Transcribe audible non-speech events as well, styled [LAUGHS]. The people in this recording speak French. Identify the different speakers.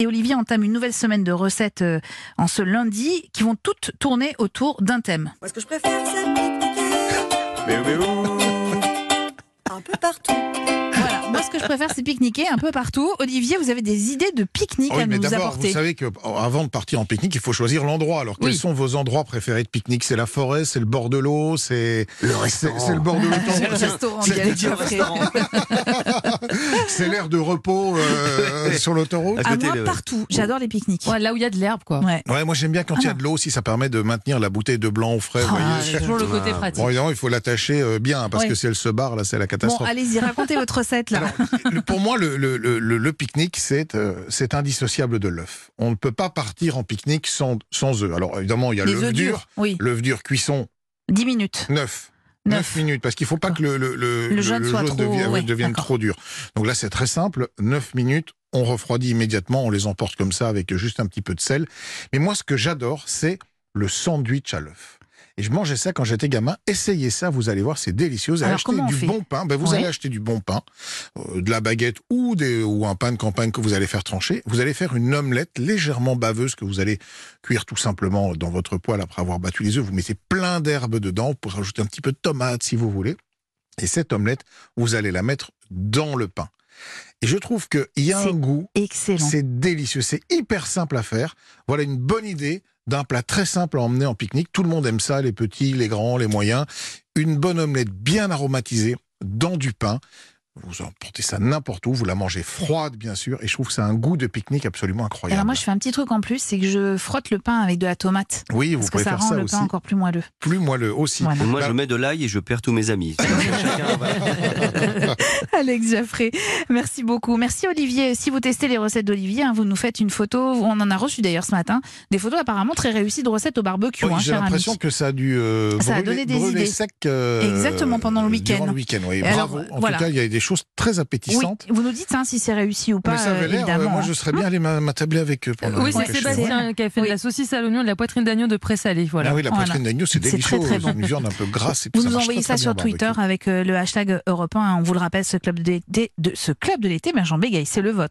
Speaker 1: et Olivier entame une nouvelle semaine de recettes euh, en ce lundi qui vont toutes tourner autour d'un thème.
Speaker 2: Moi, ce que je préfère, c'est pique-niquer
Speaker 3: Mais oui, mais oui.
Speaker 2: un peu partout.
Speaker 1: Voilà, moi ce que je préfère c'est pique-niquer un peu partout. Olivier, vous avez des idées de pique-nique
Speaker 3: Oh oui,
Speaker 1: à
Speaker 3: mais
Speaker 1: nous
Speaker 3: d'abord, vous
Speaker 1: apporter
Speaker 3: savez que oh, avant de partir en pique-nique, il faut choisir l'endroit. Alors,
Speaker 1: Oui.
Speaker 3: quels sont vos endroits préférés de pique-nique C'est la forêt, c'est le bord de l'eau, c'est
Speaker 4: Le
Speaker 3: c'est
Speaker 4: restaurant.
Speaker 3: c'est le bord de
Speaker 1: [LAUGHS] C'est le
Speaker 3: l'eau.
Speaker 1: restaurant d'y aller après.
Speaker 3: c'est l'air de repos
Speaker 4: [LAUGHS]
Speaker 3: euh, sur l'autoroute.
Speaker 1: À
Speaker 4: côté,
Speaker 1: Ah, moi
Speaker 4: le-
Speaker 1: partout, j'adore les pique-niques.
Speaker 5: Ouais, là où il y a de l'herbe, quoi.
Speaker 1: Ouais.
Speaker 3: Ouais, moi j'aime bien quand il y a
Speaker 1: Ah.
Speaker 3: de l'eau, si ça permet de maintenir la bouteille de blanc au frais. vous
Speaker 1: Ah,
Speaker 3: voyez.
Speaker 5: C'est toujours le côté pratique.
Speaker 3: Bon, évidemment, il faut l'attacher euh, bien, parce
Speaker 1: Ouais.
Speaker 3: que si elle se barre, là, c'est la
Speaker 1: Bon,
Speaker 3: catastrophe.
Speaker 1: allez-y, racontez votre recette là.
Speaker 3: Le- pour moi, le, le- le- le- le pique-nique, c'est euh, c'est indissociable de l'œuf. On ne peut pas partir en pique-nique sans, sans œuf. Alors évidemment, il y a
Speaker 1: Les
Speaker 3: l'œuf
Speaker 1: œufs
Speaker 3: dur,
Speaker 1: durs, oui,
Speaker 3: l'œuf dur cuisson
Speaker 1: 10 minutes.
Speaker 3: neuf.
Speaker 1: Neuf.
Speaker 3: 9 minutes, parce qu'il faut pas que le, le,
Speaker 1: Le jaune soit trop-
Speaker 3: devienne,
Speaker 1: ouais,
Speaker 3: devienne
Speaker 1: d'accord.
Speaker 3: trop dur. Donc là, c'est très simple. 9 minutes, on refroidit immédiatement, on les emporte comme ça avec juste un petit peu de sel. Mais moi, ce que j'adore, c'est le sandwich à l'œuf. Et je mangeais ça quand j'étais gamin. Essayez ça, vous allez voir, c'est délicieux. Vous allez
Speaker 1: Alors,
Speaker 3: acheter
Speaker 1: comment on
Speaker 3: du
Speaker 1: fait
Speaker 3: bon pain. Ben, vous
Speaker 1: Ouais.
Speaker 3: allez acheter du bon pain, euh, de la baguette ou, des, ou un pain de campagne que vous allez faire trancher. Vous allez faire une omelette légèrement baveuse que vous allez cuire tout simplement dans votre poêle après avoir battu les œufs. Vous mettez plein d'herbes dedans. Vous pouvez rajouter un petit peu de tomate si vous voulez. Et cette omelette, vous allez la mettre dans le pain. Et je trouve qu'il y a
Speaker 1: C'est
Speaker 3: un goût,
Speaker 1: Excellent.
Speaker 3: c'est délicieux, c'est hyper simple à faire. Voilà une bonne idée d'un plat très simple à emmener en pique-nique. Tout le monde aime ça, les petits, les grands, les moyens. Une bonne omelette bien aromatisée dans du pain. Vous emportez ça n'importe où, vous la mangez froide bien sûr, et je trouve que ça a un goût de pique-nique absolument
Speaker 1: Et
Speaker 3: incroyable.
Speaker 1: Alors moi je fais un petit truc en plus, c'est que je frotte le pain avec de la tomate.
Speaker 3: oui, vous
Speaker 1: Parce que
Speaker 3: pouvez
Speaker 1: ça
Speaker 3: faire
Speaker 1: rend
Speaker 3: ça
Speaker 1: le
Speaker 3: aussi.
Speaker 1: pain encore plus moelleux.
Speaker 3: Plus moelleux aussi.
Speaker 1: Voilà.
Speaker 4: Moi,
Speaker 3: Bah-
Speaker 4: je mets de l'ail et je perds tous mes amis. Chacun va-
Speaker 1: [LAUGHS] Alex Jaffré, merci beaucoup. Merci Olivier. Si vous testez les recettes d'Olivier, hein, vous nous faites une photo. On en a reçu d'ailleurs ce matin. Des photos apparemment très réussies de recettes au barbecue,
Speaker 3: Oui,
Speaker 1: hein,
Speaker 3: J'ai
Speaker 1: cher ami.
Speaker 3: l'impression que ça a dû euh,
Speaker 1: Ça a
Speaker 3: brûler,
Speaker 1: donné des
Speaker 3: brûler
Speaker 1: idées.
Speaker 3: sec. euh,
Speaker 1: Exactement, pendant le week-end.
Speaker 3: durant week-end, oui.
Speaker 1: Et
Speaker 3: Bravo.
Speaker 1: alors,
Speaker 3: en
Speaker 1: voilà.
Speaker 3: tout cas, il y a des choses très
Speaker 1: Oui,
Speaker 3: appétissantes.
Speaker 1: vous nous dites hein, si c'est réussi ou pas,
Speaker 3: mais ça
Speaker 1: euh,
Speaker 3: avait l'air. euh,
Speaker 1: évidemment.
Speaker 3: moi, je serais bien allé m'a- m'attabler avec eux pendant
Speaker 5: Oui,
Speaker 3: les
Speaker 5: c'est
Speaker 3: vacances.
Speaker 5: Sébastien qui a fait
Speaker 1: Oui.
Speaker 5: de la saucisse à l'oignon, de la poitrine d'agneau de présalé. Voilà.
Speaker 3: Ah oui, la
Speaker 1: Voilà.
Speaker 3: poitrine d'agneau, c'est
Speaker 1: C'est
Speaker 3: délicieux.
Speaker 1: très, très bon.
Speaker 3: Une viande un peu grasse. Et puis
Speaker 1: Vous nous
Speaker 3: marche
Speaker 1: envoyez
Speaker 3: très,
Speaker 1: ça
Speaker 3: très
Speaker 1: sur
Speaker 3: bien au
Speaker 1: Twitter
Speaker 3: barbecue.
Speaker 1: avec euh, le hashtag Europe 1. On vous le rappelle, ce club de l'été, de, ce club de l'été, ben, Jean Bégaï, c'est le vôtre.